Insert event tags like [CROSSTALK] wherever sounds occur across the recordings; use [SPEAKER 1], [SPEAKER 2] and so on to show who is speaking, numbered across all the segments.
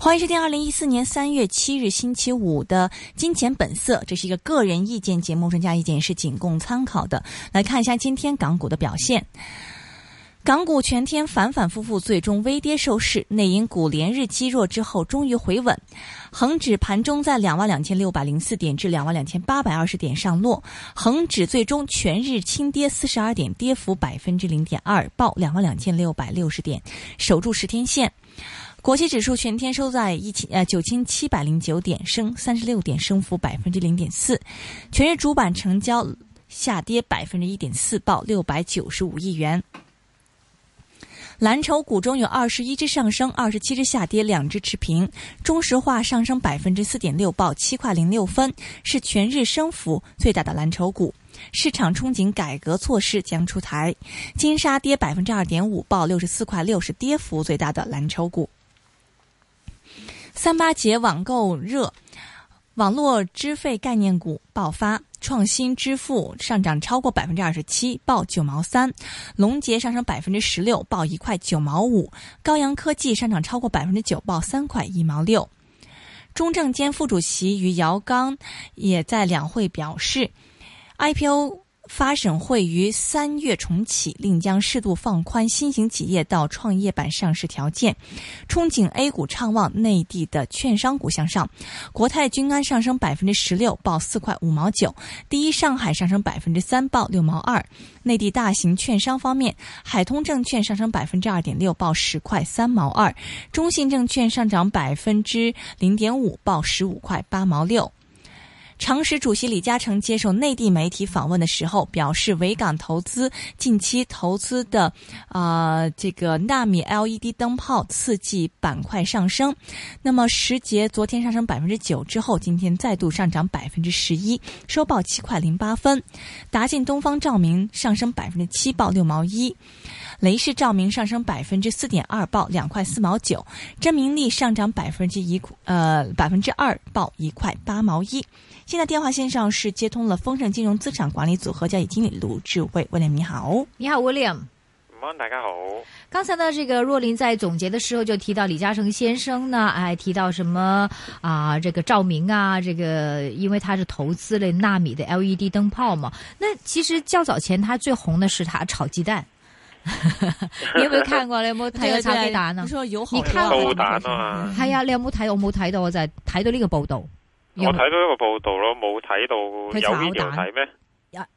[SPEAKER 1] 欢迎收听二零一四年三月七日星期五的《金钱本色》，这是一个个人意见节目，专家意见是仅供参考的。来看一下今天港股的表现。港股全天反反复复，最终微跌收市。内银股连日积弱之后，终于回稳。恒指盘中在两万两千六百零四点至两万两千八百二十点上落。恒指最终全日轻跌四十二点，跌幅百分之零点二，报两万两千六百六十点，守住十天线。国企指数全天收在一千呃九千七百零九点，升三十六点，升幅百分之零点四。全日主板成交下跌百分之一点四，报六百九十五亿元。蓝筹股中有二十一只上升，二十七只下跌，两只持平。中石化上升百分之四点六，报七块零六分，是全日升幅最大的蓝筹股。市场憧憬改革措施将出台。金沙跌百分之二点五，报六十四块六，是跌幅最大的蓝筹股。三八节网购热，网络支付概念股爆发。创新支付上涨超过百分之二十七，报九毛三；龙捷上升百分之十六，报一块九毛五；高阳科技上涨超过百分之九，报三块一毛六。中证监副主席余姚刚也在两会表示，IPO 发审会于三月重启，另将适度放宽新型企业到创业板上市条件，憧憬 A 股畅旺，内地的券商股向上。国泰君安上升百分之十六，报四块五毛九；第一上海上升百分之三，报六毛二。内地大型券商方面，海通证券上升百分之二点六，报十块三毛二；中信证券上涨百分之零点五，报十五块八毛六。常识主席李嘉诚接受内地媒体访问的时候表示，维港投资近期投资的呃这个纳米 LED 灯泡刺激板块上升。那么时捷昨天上升百分之九之后，今天再度上涨百分之十一，收报七块零八分。达进东方照明上升百分之七，报六毛一。雷士照明上升百分之四点二，报两块四毛九；真明利上涨百分之一，呃，百分之二，报一块八毛一。现在电话线上是接通了丰盛金融资产管理组合交易经理卢志伟，威廉你好。
[SPEAKER 2] 你好，William。
[SPEAKER 3] 午安，大家好。
[SPEAKER 2] 刚才呢，这个若琳在总结的时候就提到李嘉诚先生呢，哎，提到什么啊、这个照明啊，这个因为他是投资了纳米的 LED 灯泡嘛。那其实较早前他最红的是他炒鸡蛋， [LAUGHS] 你有冇看過？你有
[SPEAKER 3] [LAUGHS]
[SPEAKER 2] 冇睇過炒雞蛋啊
[SPEAKER 1] 你？说有好
[SPEAKER 2] 你
[SPEAKER 1] 多哎
[SPEAKER 2] 看
[SPEAKER 3] 過蛋啊
[SPEAKER 1] [LAUGHS]
[SPEAKER 3] 嘛
[SPEAKER 2] 係啊，你有冇睇？我冇睇到，我就係睇到呢個報道。
[SPEAKER 3] 我睇到一個報道咯，冇睇到
[SPEAKER 2] 佢
[SPEAKER 3] 有
[SPEAKER 2] 炒
[SPEAKER 3] video
[SPEAKER 2] 蛋
[SPEAKER 3] 睇咩？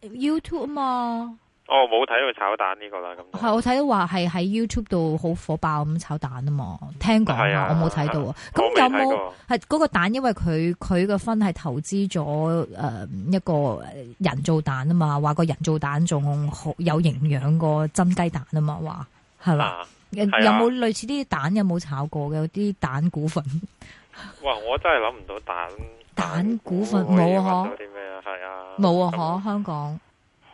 [SPEAKER 2] YouTube 啊嘛，
[SPEAKER 3] 哦，冇睇到炒蛋呢個啦，咁
[SPEAKER 2] 係我睇到話係喺 YouTube 度好火爆咁炒蛋啊嘛，聽講
[SPEAKER 3] 係
[SPEAKER 2] 啊
[SPEAKER 3] 啊，
[SPEAKER 2] 我冇睇到啊。咁
[SPEAKER 3] 我未
[SPEAKER 2] 有
[SPEAKER 3] 睇
[SPEAKER 2] 冇
[SPEAKER 3] 過
[SPEAKER 2] 係嗰個蛋？因為佢佢個分係投資咗誒一個呃人造蛋啊嘛，話個人造蛋仲好有營養過真雞蛋啊嘛，話係嘛？
[SPEAKER 3] 啊！
[SPEAKER 2] 有有
[SPEAKER 3] 係啊
[SPEAKER 2] 冇類似呢啲蛋有冇炒過嘅？有啲蛋股份？
[SPEAKER 3] 哇，我真係諗唔到蛋
[SPEAKER 2] 蛋股份
[SPEAKER 3] 可以
[SPEAKER 2] 冇
[SPEAKER 3] 搵
[SPEAKER 2] 嗬
[SPEAKER 3] 到啲咩啊？係啊，
[SPEAKER 2] 冇
[SPEAKER 3] 咁
[SPEAKER 2] 啊，可香港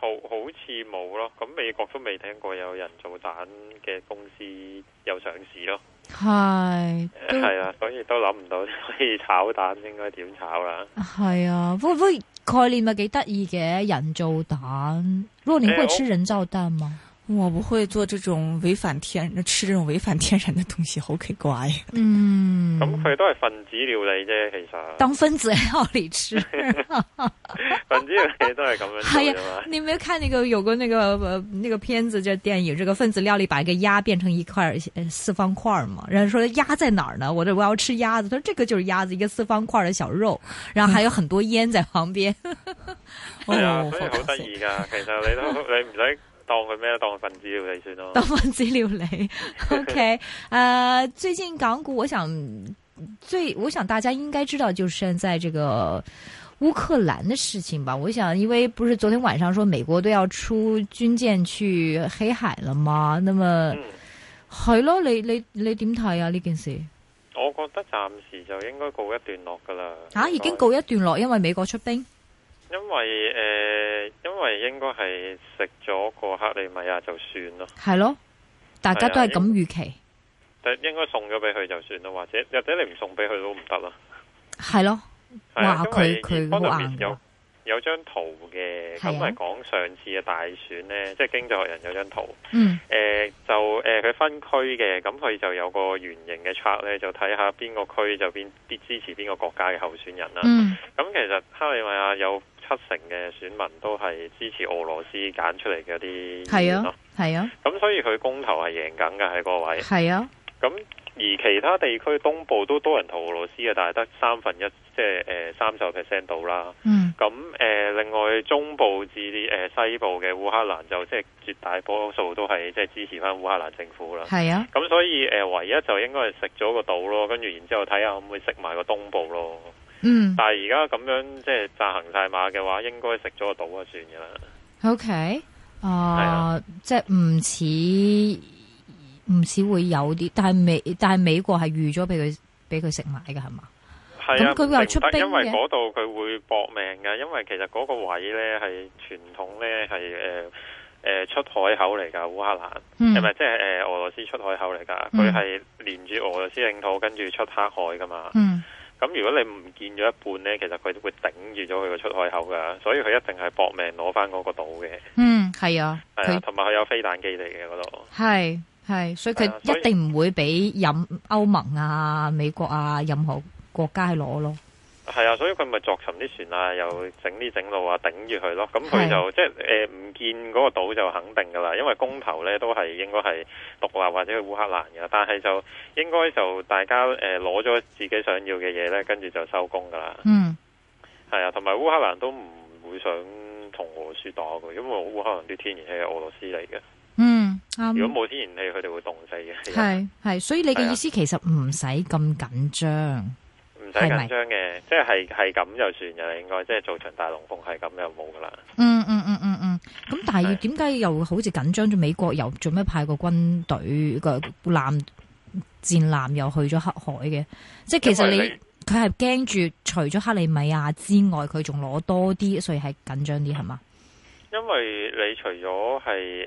[SPEAKER 3] 好好似冇咯。咁美國都未聽過有人做蛋嘅公司有上市咯。
[SPEAKER 2] 係都
[SPEAKER 3] 係啊，所以都諗唔到， [LAUGHS] 所以炒蛋應該點炒啦？
[SPEAKER 2] 係啊，不過不過概念咪幾得意嘅人造蛋。如果你會吃人造蛋嗎？
[SPEAKER 1] 我不会做这种违反天吃这种违反天然的东西，好奇怪。
[SPEAKER 2] 嗯，
[SPEAKER 3] 咁佢都係分子料理啫，其實
[SPEAKER 2] 當分子料理吃。
[SPEAKER 3] 分子料理都係咁樣做
[SPEAKER 2] 係
[SPEAKER 3] 啫嘛
[SPEAKER 2] [LAUGHS] 啊。，你有没有看那个有个那个呃那个片子，这电影这个分子料理把一个鸭变成一块儿呃四方块儿嘛？然后说鸭在哪儿呢？我这我要吃鸭子，他说这个就是鸭子，一个四方块儿的小肉，然后还有很多烟在旁边。 [LAUGHS]
[SPEAKER 3] 係啊，
[SPEAKER 1] 哦
[SPEAKER 3] 所以好得意噶。其實你 [LAUGHS] 都你唔使當佢咩，當佢份子料理算咯。
[SPEAKER 2] 当翻資料嚟 OK，呃，最近港股，我想最我想大家应该知道，就是现在这个乌克兰的事情吧。我想，因为不是昨天晚上说美国都要出军舰去黑海了吗？那么
[SPEAKER 3] 嗯，
[SPEAKER 2] 係咯，你你你點睇啊？呢件事
[SPEAKER 3] 我覺得暫時就應該告一段落噶啦。
[SPEAKER 2] 啊，已經告一段落，因為美國出兵。
[SPEAKER 3] 因為诶、呃因為應該係食咗個克里米亞就算咯，
[SPEAKER 2] 係咯，大家都係咁
[SPEAKER 3] 係啊
[SPEAKER 2] 預期。
[SPEAKER 3] 但應該送咗俾佢就算咯，或者或者你唔送俾佢都唔得啦。
[SPEAKER 2] 係咯，
[SPEAKER 3] 係啊
[SPEAKER 2] 哇！
[SPEAKER 3] 因為
[SPEAKER 2] 佢佢
[SPEAKER 3] economy
[SPEAKER 2] 好硬㗎
[SPEAKER 3] 有有張圖嘅，
[SPEAKER 2] 係
[SPEAKER 3] 咁
[SPEAKER 2] 啊
[SPEAKER 3] 係講上次嘅大選呢，即係經濟學人有張圖，
[SPEAKER 2] 嗯
[SPEAKER 3] 誒、呃就誒佢、分區嘅，咁佢就有個圓形嘅 chart 咧，就睇下邊個區就邊啲支持邊個國家嘅候選人啦。
[SPEAKER 2] 嗯
[SPEAKER 3] 咁其實克里米亞有七成嘅選民都係支持俄羅斯揀出嚟嘅一啲議
[SPEAKER 2] 係
[SPEAKER 3] 員
[SPEAKER 2] 啊
[SPEAKER 3] 咯，
[SPEAKER 2] 係啊
[SPEAKER 3] 咁所以佢公投係贏緊嘅喺嗰位。
[SPEAKER 2] 係啊，
[SPEAKER 3] 咁而其他地區東部都多人投俄羅斯嘅，但係得三分一，即係誒三十 percent 到啦。
[SPEAKER 2] 嗯
[SPEAKER 3] 咁誒、呃另外中部至誒、呃西部嘅烏克蘭就即係絕大多數都係即係支持翻烏克蘭政府啦。
[SPEAKER 2] 係啊，
[SPEAKER 3] 咁所以誒、呃唯一就應該係食咗個島咯，跟住然之後睇下可唔可以食埋個東部咯。
[SPEAKER 2] 嗯
[SPEAKER 3] 但係而家咁樣即係炸行晒馬嘅話，應該食咗個島就算㗎啦。
[SPEAKER 2] ，OK，啊
[SPEAKER 3] 啊，
[SPEAKER 2] 即係唔似唔似會有啲，但係美但係美國係預咗俾佢俾佢食埋嘅係嘛？
[SPEAKER 3] 係啊，
[SPEAKER 2] 咁佢話出兵嘅
[SPEAKER 3] 因為嗰度佢會搏命嘅，因為其實嗰個位呢係傳統呢係誒誒出海口嚟㗎，烏克蘭。
[SPEAKER 2] 嗯
[SPEAKER 3] 係咪即係誒俄羅斯出海口嚟㗎？
[SPEAKER 2] 嗯
[SPEAKER 3] 佢係連住俄羅斯領土，跟住出黑海㗎嘛？
[SPEAKER 2] 嗯
[SPEAKER 3] 咁如果你唔見咗一半呢，其實佢會頂住咗佢個出海口㗎，所以佢一定係搏命攞翻嗰個島嘅。
[SPEAKER 2] 嗯係啊，
[SPEAKER 3] 係啊
[SPEAKER 2] 佢，
[SPEAKER 3] 同埋佢有飛彈基地嘅嗰度。
[SPEAKER 2] 係係，所以佢
[SPEAKER 3] 係啊所以
[SPEAKER 2] 一定唔會俾任歐盟啊、美國啊任何國家去攞咯。
[SPEAKER 3] 係啊，所以佢咪作沉啲船啊，又整啲整路啊，頂住佢咯。咁
[SPEAKER 2] 係
[SPEAKER 3] 佢就即係誒唔見嗰個島就肯定噶啦，因為公投咧都係應該係獨立或者去烏克蘭嘅，但係就應該就大家誒攞咗自己想要嘅嘢咧，跟住就收工噶啦。
[SPEAKER 2] 嗯
[SPEAKER 3] 係啊，同埋烏克蘭都唔會想同俄羅斯打嘅，因為烏克蘭啲天然氣係俄羅斯嚟嘅，
[SPEAKER 2] 嗯啱。
[SPEAKER 3] 如果冇天然氣佢哋會凍死嘅。
[SPEAKER 2] 系系，所以你
[SPEAKER 3] 啊
[SPEAKER 2] 嘅意思其實唔使咁緊張。
[SPEAKER 3] 唔使緊張嘅，即係係咁就算嘅啦，應該即係做場大龍鳳係咁就冇噶啦。
[SPEAKER 2] 嗯嗯嗯嗯嗯，咁但係
[SPEAKER 3] 係
[SPEAKER 2] 點解又好似緊張咗？美國又做咩派個軍隊個艦戰艦又去咗黑海嘅？即係其實
[SPEAKER 3] 因
[SPEAKER 2] 你
[SPEAKER 3] 為
[SPEAKER 2] 佢係驚住除咗克里米亞之外，佢仲攞多啲，所以係緊張啲係嘛？
[SPEAKER 3] 因為你除咗係誒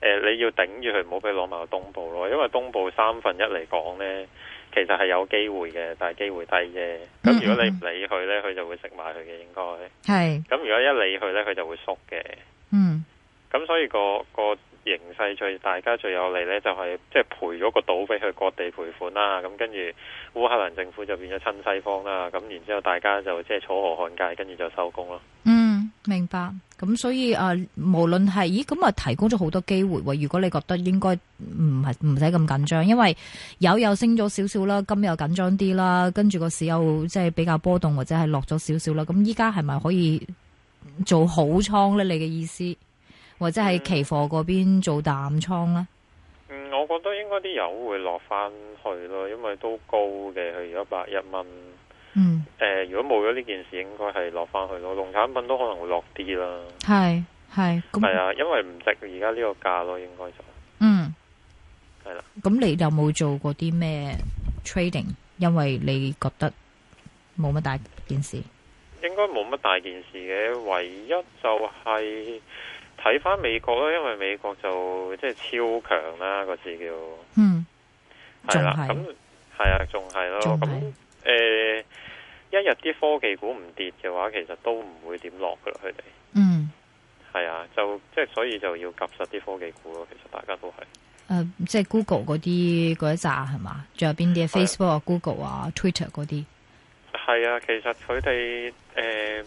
[SPEAKER 3] 誒，你要頂住佢，唔好俾攞埋去東部咯。因為東部三分一嚟講呢，其實係有機會嘅，但係機會低啫。
[SPEAKER 2] 嗯
[SPEAKER 3] 咁如果你唔理佢呢，佢就會食埋佢嘅應該。
[SPEAKER 2] 係，
[SPEAKER 3] 咁如果一理佢呢，佢就會縮嘅。
[SPEAKER 2] 嗯
[SPEAKER 3] 咁所以個個形勢最大家最有利呢，就係即係賠咗個島俾佢各地賠款啦。咁跟住烏克蘭政府就變咗親西方啦。咁然之後大家就即係楚河漢界，跟住就收工咯。
[SPEAKER 2] 嗯，明白。咁所以啊，無論係咦，咁啊提供咗好多機會喎。如果你覺得應該唔係唔使咁緊張，因為油又升咗少少啦，金又緊張啲啦，跟住個市又即係比較波動或者係落咗少少啦。咁依家係咪可以做好倉咧？你嘅意思，或者係期貨嗰邊做淡倉咧？
[SPEAKER 3] 嗯，我覺得應該啲油會落翻去咯，因為都高嘅，佢而家百一蚊。
[SPEAKER 2] 嗯，
[SPEAKER 3] 誒、如果冇咗呢件事，應該係落翻去咯。農產品都可能會落啲啦。
[SPEAKER 2] 係係
[SPEAKER 3] 係
[SPEAKER 2] 咁，
[SPEAKER 3] 啊，因為唔值而家呢個價咯，應該就
[SPEAKER 2] 嗯，
[SPEAKER 3] 係啦。
[SPEAKER 2] 咁你有冇做過啲咩 trading？因為你覺得冇乜大件事。
[SPEAKER 3] 應該冇乜大件事嘅。唯一就係睇翻美國咯，因為美國就即係超強啦，個字叫
[SPEAKER 2] 嗯，
[SPEAKER 3] 係啦。
[SPEAKER 2] 仲係
[SPEAKER 3] 咁係啊，仲係咯。
[SPEAKER 2] 仲係
[SPEAKER 3] 咁誒、一日啲科技股唔跌嘅話，其實都唔會點落噶啦，佢哋。
[SPEAKER 2] 嗯，
[SPEAKER 3] 係啊，就即係所以就要及實啲科技股咯。其實大家都係
[SPEAKER 2] 诶、呃即係 Google 嗰啲嗰一扎係嘛？仲有邊啲啊
[SPEAKER 3] 係啊
[SPEAKER 2] ？Facebook 啊、Google 啊、Twitter 嗰啲？
[SPEAKER 3] 係啊，其實佢哋誒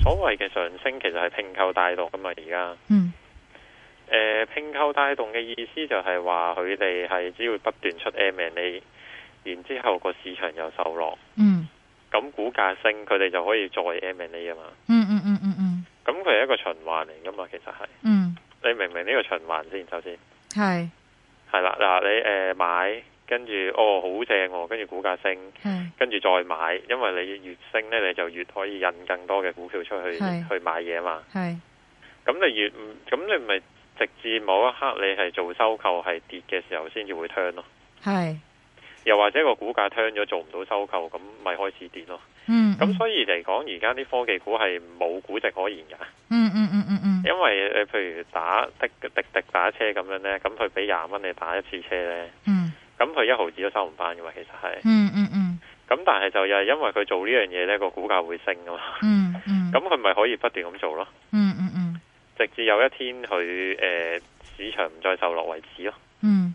[SPEAKER 3] 所謂嘅上升，其實係拼購帶動噶嘛。而家
[SPEAKER 2] 嗯
[SPEAKER 3] 誒呃拼購帶動嘅意思就係話佢哋係只要不斷出 M&A，然之後個市場又受落，
[SPEAKER 2] 嗯
[SPEAKER 3] 咁股價升，佢哋就可以再 M&A 啊嘛。
[SPEAKER 2] 嗯嗯嗯嗯嗯
[SPEAKER 3] 咁佢係一個循環嚟噶嘛，其實係
[SPEAKER 2] 嗯，
[SPEAKER 3] 你明唔明呢個循環先？首先
[SPEAKER 2] 係
[SPEAKER 3] 係啦，嗱你誒、呃買，跟住哦好正喎，跟住股價升。
[SPEAKER 2] 係
[SPEAKER 3] 跟住再買，因為你越升呢，你就越可以印更多嘅股票出去去
[SPEAKER 2] 係
[SPEAKER 3] 買嘢嘛。
[SPEAKER 2] 係
[SPEAKER 3] 咁你越唔咁你咪直至某一刻你係做收購係跌嘅時候先至會 turn 咯。
[SPEAKER 2] 係，
[SPEAKER 3] 又或者個股價 turn 咗做唔到收購，咁咪開始跌咯。
[SPEAKER 2] 嗯
[SPEAKER 3] 咁所以嚟講，而家啲科技股係冇估值可言㗎，
[SPEAKER 2] 嗯嗯嗯嗯嗯
[SPEAKER 3] 因為誒譬如打滴滴滴打車咁樣呢，咁佢俾廿蚊你打一次車呢，
[SPEAKER 2] 嗯
[SPEAKER 3] 咁佢一毫子都收唔翻㗎嘛，其實係。
[SPEAKER 2] 嗯嗯嗯
[SPEAKER 3] 咁但係就又係因為佢做呢樣嘢呢，個股價會升㗎嘛。
[SPEAKER 2] 嗯嗯，
[SPEAKER 3] 咁咁佢咪可以不斷咁做咯，
[SPEAKER 2] 嗯嗯嗯
[SPEAKER 3] 直至有一天佢诶、呃市場唔再受落為止咯。
[SPEAKER 2] 嗯，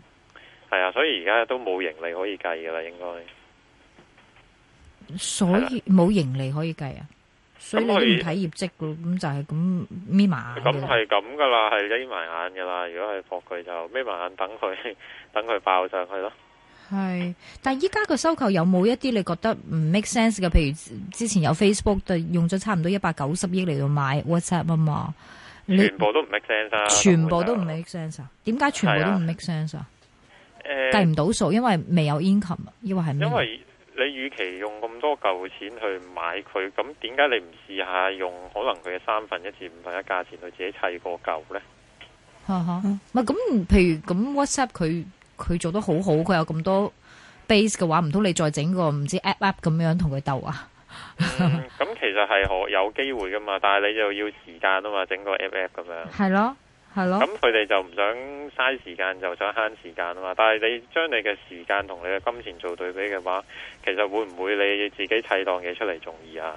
[SPEAKER 3] 係啊，所以而家都冇盈利可以計噶啦，應該。
[SPEAKER 2] 所以冇盈利可以計啊，所以你都唔睇業績噶咁就係咁眯埋眼
[SPEAKER 3] 咁
[SPEAKER 2] 嘅啦
[SPEAKER 3] 係咁噶啦，係匿埋眼噶啦。如果係搏佢就眯埋眼等佢， [LAUGHS] 等佢爆上去咯。
[SPEAKER 2] 係，但係依家個收購有冇一啲你覺得唔 make sense 嘅？譬如之前有 Facebook 就用咗差唔多一百九十億嚟到買 WhatsApp 啊嘛，你
[SPEAKER 3] 全部都唔 make sense 啊啦，
[SPEAKER 2] 全部都唔
[SPEAKER 3] 根本
[SPEAKER 2] make sense 啊？點解全部
[SPEAKER 3] 係
[SPEAKER 2] 都
[SPEAKER 3] 啊
[SPEAKER 2] 唔 make sense 啊？
[SPEAKER 3] 就。诶、
[SPEAKER 2] 計唔到數，因為未有 income，啊抑或係咩？
[SPEAKER 3] 因為你與其用咁多舊錢去買佢，咁點解你唔試下用可能佢嘅三分一至五分一價錢去自己砌個舊呢？
[SPEAKER 2] 哈哈，
[SPEAKER 1] 嗯
[SPEAKER 2] 唔係咁，譬如咁 WhatsApp 佢佢做得好好，佢有咁多 base 嘅話，唔通你再整個唔知 app app 咁樣同佢鬥啊？
[SPEAKER 3] 嗯咁、其實係可有機會噶嘛，但係你就要時間啊嘛，整個 app app 咁樣。
[SPEAKER 2] 係咯，係咯
[SPEAKER 3] 咁，佢哋就唔想嘥時間，就想慳時間啊嘛。但係你將你嘅時間同你嘅金錢做對比嘅話，其實會唔會你自己砌檔嘢出嚟仲易啊？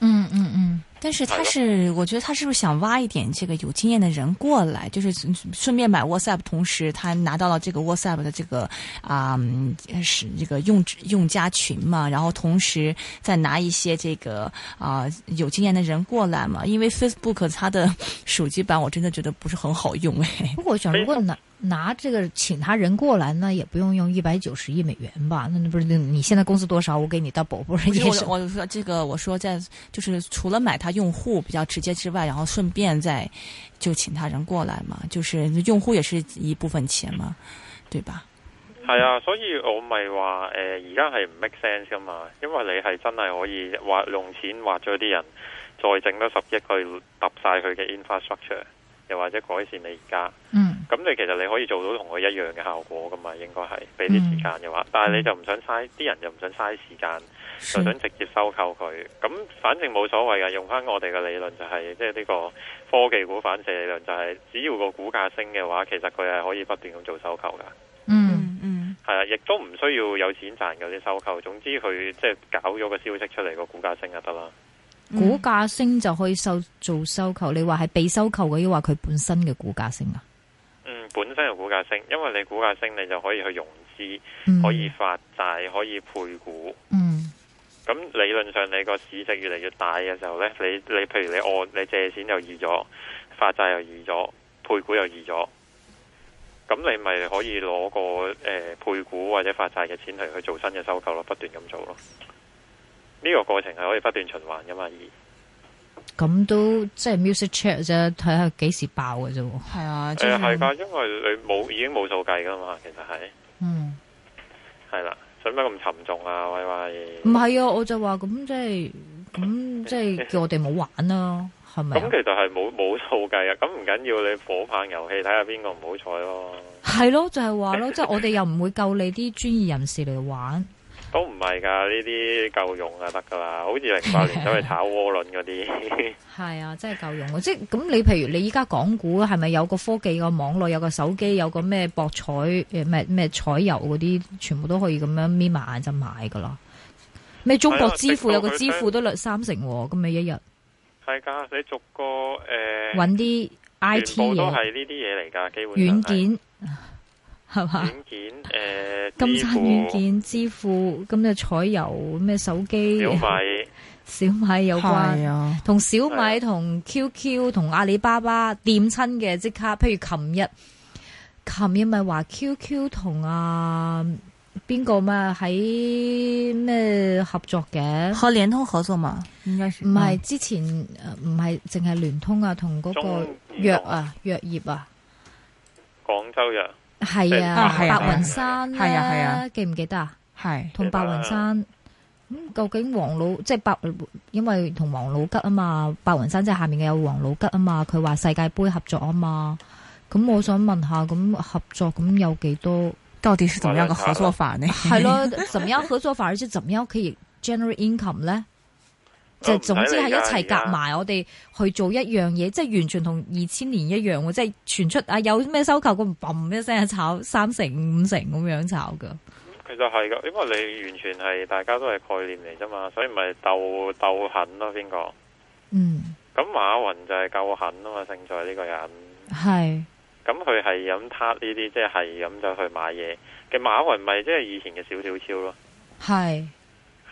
[SPEAKER 2] 嗯嗯嗯，
[SPEAKER 1] 但是他
[SPEAKER 3] 好的
[SPEAKER 1] 是，我觉得他是不是想挖一点这个有经验的人过来，就是顺顺便买 WhatsApp，同时他拿到了这个 WhatsApp 的这个啊、嗯是这个用用家群嘛，然后同时再拿一些这个啊、有经验的人过来嘛，因为 Facebook 它的手机版我真的觉得不是很好用哎，
[SPEAKER 2] 不過我想，
[SPEAKER 3] 非
[SPEAKER 2] 如果拿拿這個請他人過來呢，也不用用一百九十億美元吧？那那不是你现在工资多少，我给你 double，不是
[SPEAKER 1] 不是
[SPEAKER 2] 也
[SPEAKER 1] 我
[SPEAKER 2] 是？
[SPEAKER 1] 我就说这个我说在就是除了买他用户比较直接之外，然后顺便再就请他人过来嘛，就是用户也是一部分钱嘛，对吧？
[SPEAKER 3] 係啊，所以我咪話誒，而家係唔 make sense 噶嘛，因為你係真係可以挖用錢挖咗啲人，再整多十億去揼晒佢嘅 infrastructure，又或者改善你而家。
[SPEAKER 2] 嗯
[SPEAKER 3] 咁你其實你可以做到同佢一樣嘅效果噶嘛，應該係俾啲時間嘅話，但係你就唔想嘥啲人就唔想嘥時間。
[SPEAKER 2] 是
[SPEAKER 1] 嗯
[SPEAKER 3] 就想直接收購佢。咁反正冇所謂嘅，用翻我哋嘅理論就係即係呢個科技股反射理論就係、只要個股價升嘅話，其實佢係可以不斷咁做收購㗎。
[SPEAKER 2] 嗯
[SPEAKER 1] 嗯嗯
[SPEAKER 3] 係啊，亦都唔需要有錢賺嗰啲收購。總之佢即係搞咗個消息出嚟，個股價升就得啦。
[SPEAKER 1] 嗯
[SPEAKER 2] 股價升就可以收做收購，你話係被收購嘅，抑或佢本身嘅股價升啊？
[SPEAKER 3] 嗯，本身嘅股價升，因為你股價升，你就可以去融資，
[SPEAKER 2] 嗯
[SPEAKER 3] 可以發債，可以配股。
[SPEAKER 2] 嗯
[SPEAKER 3] 咁理論上你個市值越嚟越大嘅時候呢，你你譬如你按你借錢又易咗，發債又易咗，配股又易咗，咁你咪可以攞個誒、呃配股或者發債嘅錢嚟去做新嘅收購咯，不斷咁做咯。呢、個過程係可以不斷循環噶嘛，而
[SPEAKER 2] 咁都即係 music chair 啫，睇下幾時爆嘅啫喎。
[SPEAKER 1] 系啊，
[SPEAKER 2] 嗯
[SPEAKER 1] 就
[SPEAKER 3] 誒
[SPEAKER 1] 是
[SPEAKER 3] 係㗎，因為你冇已經冇數計噶嘛，其實係
[SPEAKER 2] 嗯，
[SPEAKER 3] 係啦，使乜咁沉重啊？喂喂，
[SPEAKER 2] 唔係啊，我就話咁即係咁即係叫我哋冇玩啦，係咪
[SPEAKER 3] 咁
[SPEAKER 2] 啊
[SPEAKER 3] 其？實係冇冇數計啊，咁唔緊要，你火棒遊戲睇下邊個唔好彩咯。
[SPEAKER 2] 係咯，就係話咯，即係我哋又唔會夠你啲專業人士嚟玩。
[SPEAKER 3] 都唔係㗎，呢啲夠用啊得㗎啦，好似零八年走去炒窩輪
[SPEAKER 2] [LAUGHS]
[SPEAKER 3] 嗰啲，
[SPEAKER 2] 係啊，真係夠用啊！即係咁，你譬如你依家港股係咪有個科技個網絡，有個手機，有個咩博彩誒咩咩彩油嗰啲，全部都可以咁樣眯埋眼就買噶啦。咩中國支付
[SPEAKER 3] 係啊
[SPEAKER 2] 有個支付都略三成喎，咁你一日
[SPEAKER 3] 係㗎，你逐個诶，
[SPEAKER 2] 揾啲 I T
[SPEAKER 3] 嗯全部都
[SPEAKER 2] 嘢
[SPEAKER 3] 係呢啲嘢嚟㗎，基本上
[SPEAKER 2] 軟
[SPEAKER 3] 係
[SPEAKER 2] 件 [LAUGHS] 係嘛？
[SPEAKER 3] 軟件诶，
[SPEAKER 2] 金
[SPEAKER 3] 支
[SPEAKER 2] 山
[SPEAKER 3] 付
[SPEAKER 2] 軟件、支付，咁就彩油咩手機、
[SPEAKER 3] 小米，
[SPEAKER 2] 小米有關。
[SPEAKER 1] 係啊，
[SPEAKER 2] 同小
[SPEAKER 3] 係
[SPEAKER 2] 米、
[SPEAKER 3] 啊
[SPEAKER 2] 同 QQ、同阿里巴巴掂親嘅即刻，譬如琴日，琴日咪話 QQ 同啊邊個咩喺咩合作嘅？
[SPEAKER 1] 和联通合作嘛，应该是
[SPEAKER 2] 唔
[SPEAKER 3] 啊
[SPEAKER 2] 係之前呃唔係淨係聯通啊，同嗰個
[SPEAKER 3] 中移動
[SPEAKER 2] 藥啊藥業啊，
[SPEAKER 3] 廣州藥，
[SPEAKER 2] 係啊
[SPEAKER 1] 啊係
[SPEAKER 2] 白
[SPEAKER 1] 啊係啊
[SPEAKER 2] 雲山
[SPEAKER 1] 係啊係啊
[SPEAKER 2] 咧，記唔記得啊？
[SPEAKER 1] 系
[SPEAKER 2] 同白雲山。咁究竟黃老即係白，因為同黃老吉啊嘛，白雲山即係下面嘅有黃老吉啊嘛，佢話世界盃合作啊嘛，咁我想問下，咁合作咁有幾多？
[SPEAKER 1] 到底是怎么样个合作法呢？
[SPEAKER 2] 係咯，怎麼樣合作反而即係怎麼樣可以 generate income 咧？就
[SPEAKER 3] 唔使
[SPEAKER 2] 總之係
[SPEAKER 3] 理
[SPEAKER 2] 一
[SPEAKER 3] 㗎
[SPEAKER 2] 齊夾。埋，我哋去做一樣嘢，即係完全同二千年一樣喎，即係傳出啊有咩收購咁嘣一聲炒三成五成咁樣炒噶。
[SPEAKER 3] 而家其實係㗎，因為你完全係大家都係概念嚟啫嘛，所以咪鬥鬥狠咯，邊個？
[SPEAKER 2] 嗯，
[SPEAKER 3] 咁馬雲就係夠狠啊嘛，勝在呢個人。
[SPEAKER 2] 嗯係
[SPEAKER 3] 咁佢係咁挞呢啲，即係咁就去買嘢嘅馬雲，咪即係以前嘅少少超咯，
[SPEAKER 2] 係。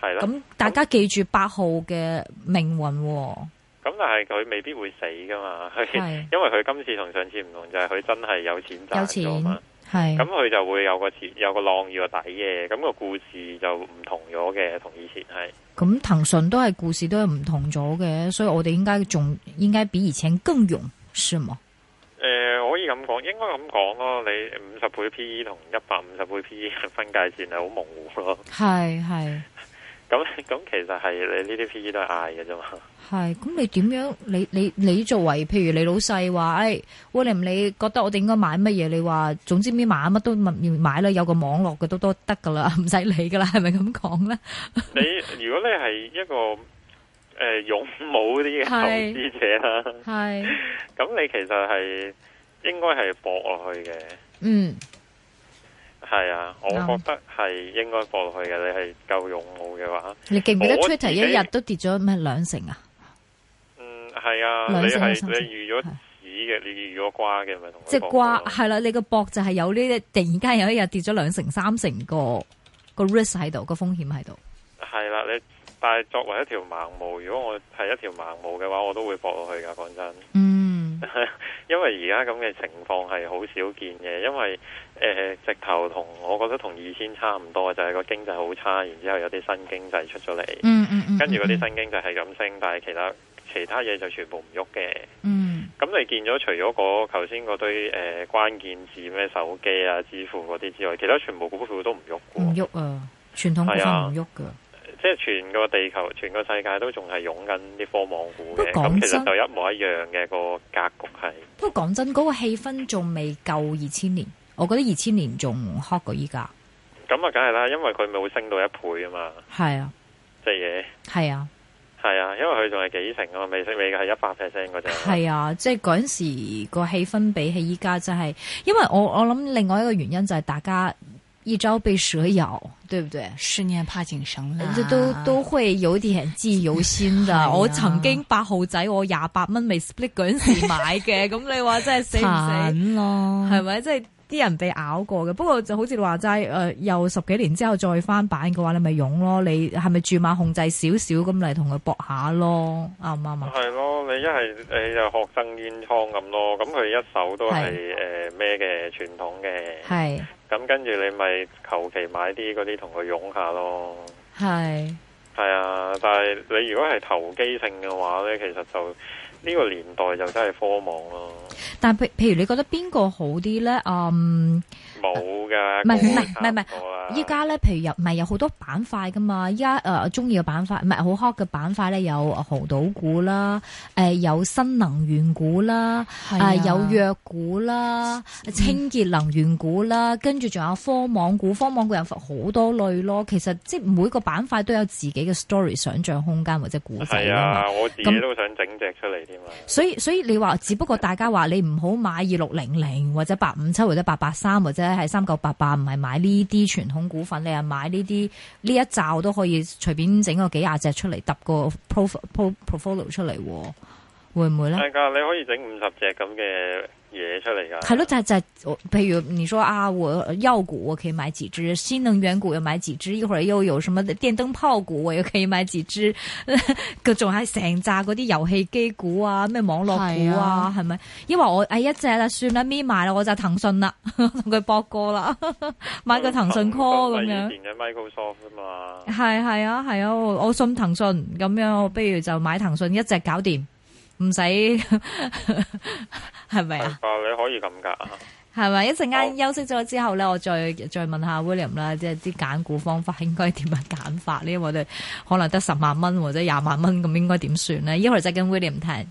[SPEAKER 3] 係啦。
[SPEAKER 2] 咁大家記住八號嘅命運喎，
[SPEAKER 3] 咁但係佢未必會死噶嘛，佢
[SPEAKER 2] 係
[SPEAKER 3] [LAUGHS] 因為佢今次同上次唔同，就係佢真係有錢
[SPEAKER 2] 有
[SPEAKER 3] 賺咗
[SPEAKER 2] 錢
[SPEAKER 3] 嘛。
[SPEAKER 2] 係
[SPEAKER 3] 咁佢就會有個錢有個浪要個底嘅，咁、個故事就唔同咗嘅，同以前係。
[SPEAKER 2] 咁騰訊都係故事都係唔同咗嘅，所以我哋應該仲應該比以前更勇，是嗎？
[SPEAKER 3] 诶、可以咁講，應該咁講咯。你五十倍 P E 同一百五十倍 P E 嘅分界線係好模糊咯。
[SPEAKER 2] 係係
[SPEAKER 3] 咁咁其實係你呢啲 P E 都係嗌嘅啫嘛。
[SPEAKER 2] 係，咁你點樣？你你你作為譬如你老細話，诶、威廉，你覺得我哋應該買乜嘢？你話總之咩買乜都買啦，有個網絡嘅都都得噶啦， [LAUGHS] 唔使理噶啦，係咪咁講咧？
[SPEAKER 3] 你如果你係一個诶、勇武啲嘅投資者啦，
[SPEAKER 2] 係，
[SPEAKER 3] 咁你其實係應該係搏落去嘅。
[SPEAKER 2] 嗯，
[SPEAKER 3] 係啊，我
[SPEAKER 2] 啱
[SPEAKER 3] 覺得係應該搏落去嘅。你係夠勇武嘅話，
[SPEAKER 2] 你記唔記得
[SPEAKER 3] 我自己
[SPEAKER 2] Twitter 一日都跌咗咩兩成啊？
[SPEAKER 3] 嗯，係啊，
[SPEAKER 2] 兩
[SPEAKER 3] 你
[SPEAKER 2] 成
[SPEAKER 3] 係
[SPEAKER 2] 三
[SPEAKER 3] 你
[SPEAKER 2] 成
[SPEAKER 3] 預咗
[SPEAKER 2] 係
[SPEAKER 3] 屎嘅，你預咗瓜嘅咪同佢
[SPEAKER 2] 即係
[SPEAKER 3] 搏
[SPEAKER 2] 瓜
[SPEAKER 3] 咯
[SPEAKER 2] 係啦，你個博就係有呢啲，突然間有一日跌咗兩成三成個個 risk 喺度，個風險喺度。
[SPEAKER 3] 係啦，你但係作為一條盲毛，如果我係一條盲毛嘅話，我都會搏落去㗎。講真，
[SPEAKER 2] 嗯，
[SPEAKER 3] 因為而家咁嘅情況係好少見嘅，因為诶、呃直頭同我覺得同二千差唔多，就係、個經濟好差，然之後有啲新經濟出咗嚟，
[SPEAKER 2] 嗯嗯嗯，
[SPEAKER 3] 跟住嗰啲新經濟係咁升，但係其他其他嘢就全部唔喐嘅。
[SPEAKER 2] 嗯
[SPEAKER 3] 咁你見咗除咗嗰頭先嗰堆诶、呃、關鍵字咩手機啊、支付嗰啲之外，其他全部股票都唔喐
[SPEAKER 2] 唔
[SPEAKER 3] 嘅喎。
[SPEAKER 2] 喐啊，傳統股
[SPEAKER 3] 嗯係啊
[SPEAKER 2] 份唔喐噶。
[SPEAKER 3] 即係全個地球、全個世界都仲係湧緊啲科網股
[SPEAKER 2] 不過
[SPEAKER 3] 嘅，
[SPEAKER 2] 講
[SPEAKER 3] 咁其實
[SPEAKER 2] 真
[SPEAKER 3] 就一模一樣嘅個格局係。
[SPEAKER 2] 不過講真，嗰、個氣氛仲未夠二千年，我覺得二千年仲 hot 過依家。
[SPEAKER 3] 咁啊，梗係啦，因為佢冇升到一倍啊嘛，
[SPEAKER 2] 係啊，
[SPEAKER 3] 隻嘢
[SPEAKER 2] 係啊，係
[SPEAKER 3] 係啊，因為佢仲係幾成啊嘛，未升未係一百 percent 嗰隻。
[SPEAKER 2] 係啊，即係嗰陣時個氣氛比起依家真係，因為我我諗另外一個原因就係大家一朝被蛇咬，對唔對？
[SPEAKER 1] 十年怕井啊繩啦，
[SPEAKER 2] 就都都會有啲記憶先
[SPEAKER 1] 係
[SPEAKER 2] 噶。
[SPEAKER 1] 啊
[SPEAKER 2] 我曾經八號仔，我廿八蚊未 split 嗰陣時買嘅，咁你話真係死唔
[SPEAKER 1] 慘
[SPEAKER 2] 死？
[SPEAKER 1] 啊咯，
[SPEAKER 2] 係咪？即係啲人被咬過嘅。不過就好似你話齋，誒、呃又十幾年之後再翻版嘅話，你咪勇咯。你係咪注碼控制少少咁嚟同佢搏下咯？啱唔啱啊？
[SPEAKER 3] 係咯，你一係你就學生煙倉咁咯，咁佢一手都係誒咩嘅傳統嘅，
[SPEAKER 2] 係
[SPEAKER 3] 咁跟住你咪求其買啲嗰啲同佢湧下咯。
[SPEAKER 2] 係
[SPEAKER 3] 係啊，但係你如果係投機性嘅話呢，其實就呢、個年代就真係科網咯，
[SPEAKER 2] 但譬譬如你覺得邊個好啲咧？嗯。
[SPEAKER 3] 冇噶，
[SPEAKER 2] 唔係
[SPEAKER 3] 個個
[SPEAKER 2] 唔係
[SPEAKER 3] 差
[SPEAKER 2] 唔係唔係
[SPEAKER 3] 多啊
[SPEAKER 2] 依家咧，譬如入唔係有好多板塊噶嘛？依家誒中意嘅板塊，唔係好 hot 嘅板塊咧，有濠賭股啦，誒、有新能源股啦，誒、
[SPEAKER 1] 係啊
[SPEAKER 2] 有藥股啦，清潔能源股啦，跟住仲有科網股，科網股有好多類咯。其實即係每個板塊都有自己嘅 story 想像空間或者故仔
[SPEAKER 3] 係
[SPEAKER 2] 啊嘛。
[SPEAKER 3] 啊，我自己
[SPEAKER 2] 咁
[SPEAKER 3] 都想整隻出嚟添啊。
[SPEAKER 2] 所以所以你話，只不過大家話你唔好買二六零零或者八五七或者八八三或者係三九八八，唔係買呢啲傳統股份，你係買呢啲呢一罩都可以隨便整個幾廿隻出嚟揼個 prof- pro- portfolio 出嚟喎，會唔會咧？
[SPEAKER 3] 係噶，你可以整五十隻咁嘅嘢出嚟噶。
[SPEAKER 2] 係咯，就係就係我譬如你說啊，我藥股我可以買幾隻，新能源股又買幾隻，一會兒又有什麼電燈泡股，我又可以買幾 [LAUGHS] 隻，佢仲係啊成扎嗰啲遊戲機股啊，咩網絡股啊，係咪、因為我誒一隻啦，算啦，咪埋啦，我就騰訊啦， [LAUGHS] 同佢搏過啦，買個騰
[SPEAKER 3] 哦
[SPEAKER 2] 訊 call 咁樣
[SPEAKER 3] 以。 [LAUGHS] 前嘅 Microsoft 啊嘛，
[SPEAKER 2] 係係啊係啊，我我信騰訊咁樣，我不如就買騰訊一隻搞掂，唔使 [LAUGHS] 係咪啊？
[SPEAKER 3] 係噶，你可以咁噶。
[SPEAKER 2] 系咪？一陣間休息咗之後咧，我再再問下 William 啦，即係啲揀股方法應該點樣揀法呢？因為我哋可能得十萬蚊或者廿萬蚊咁，應該點算呢？一會儿再跟 William 聽。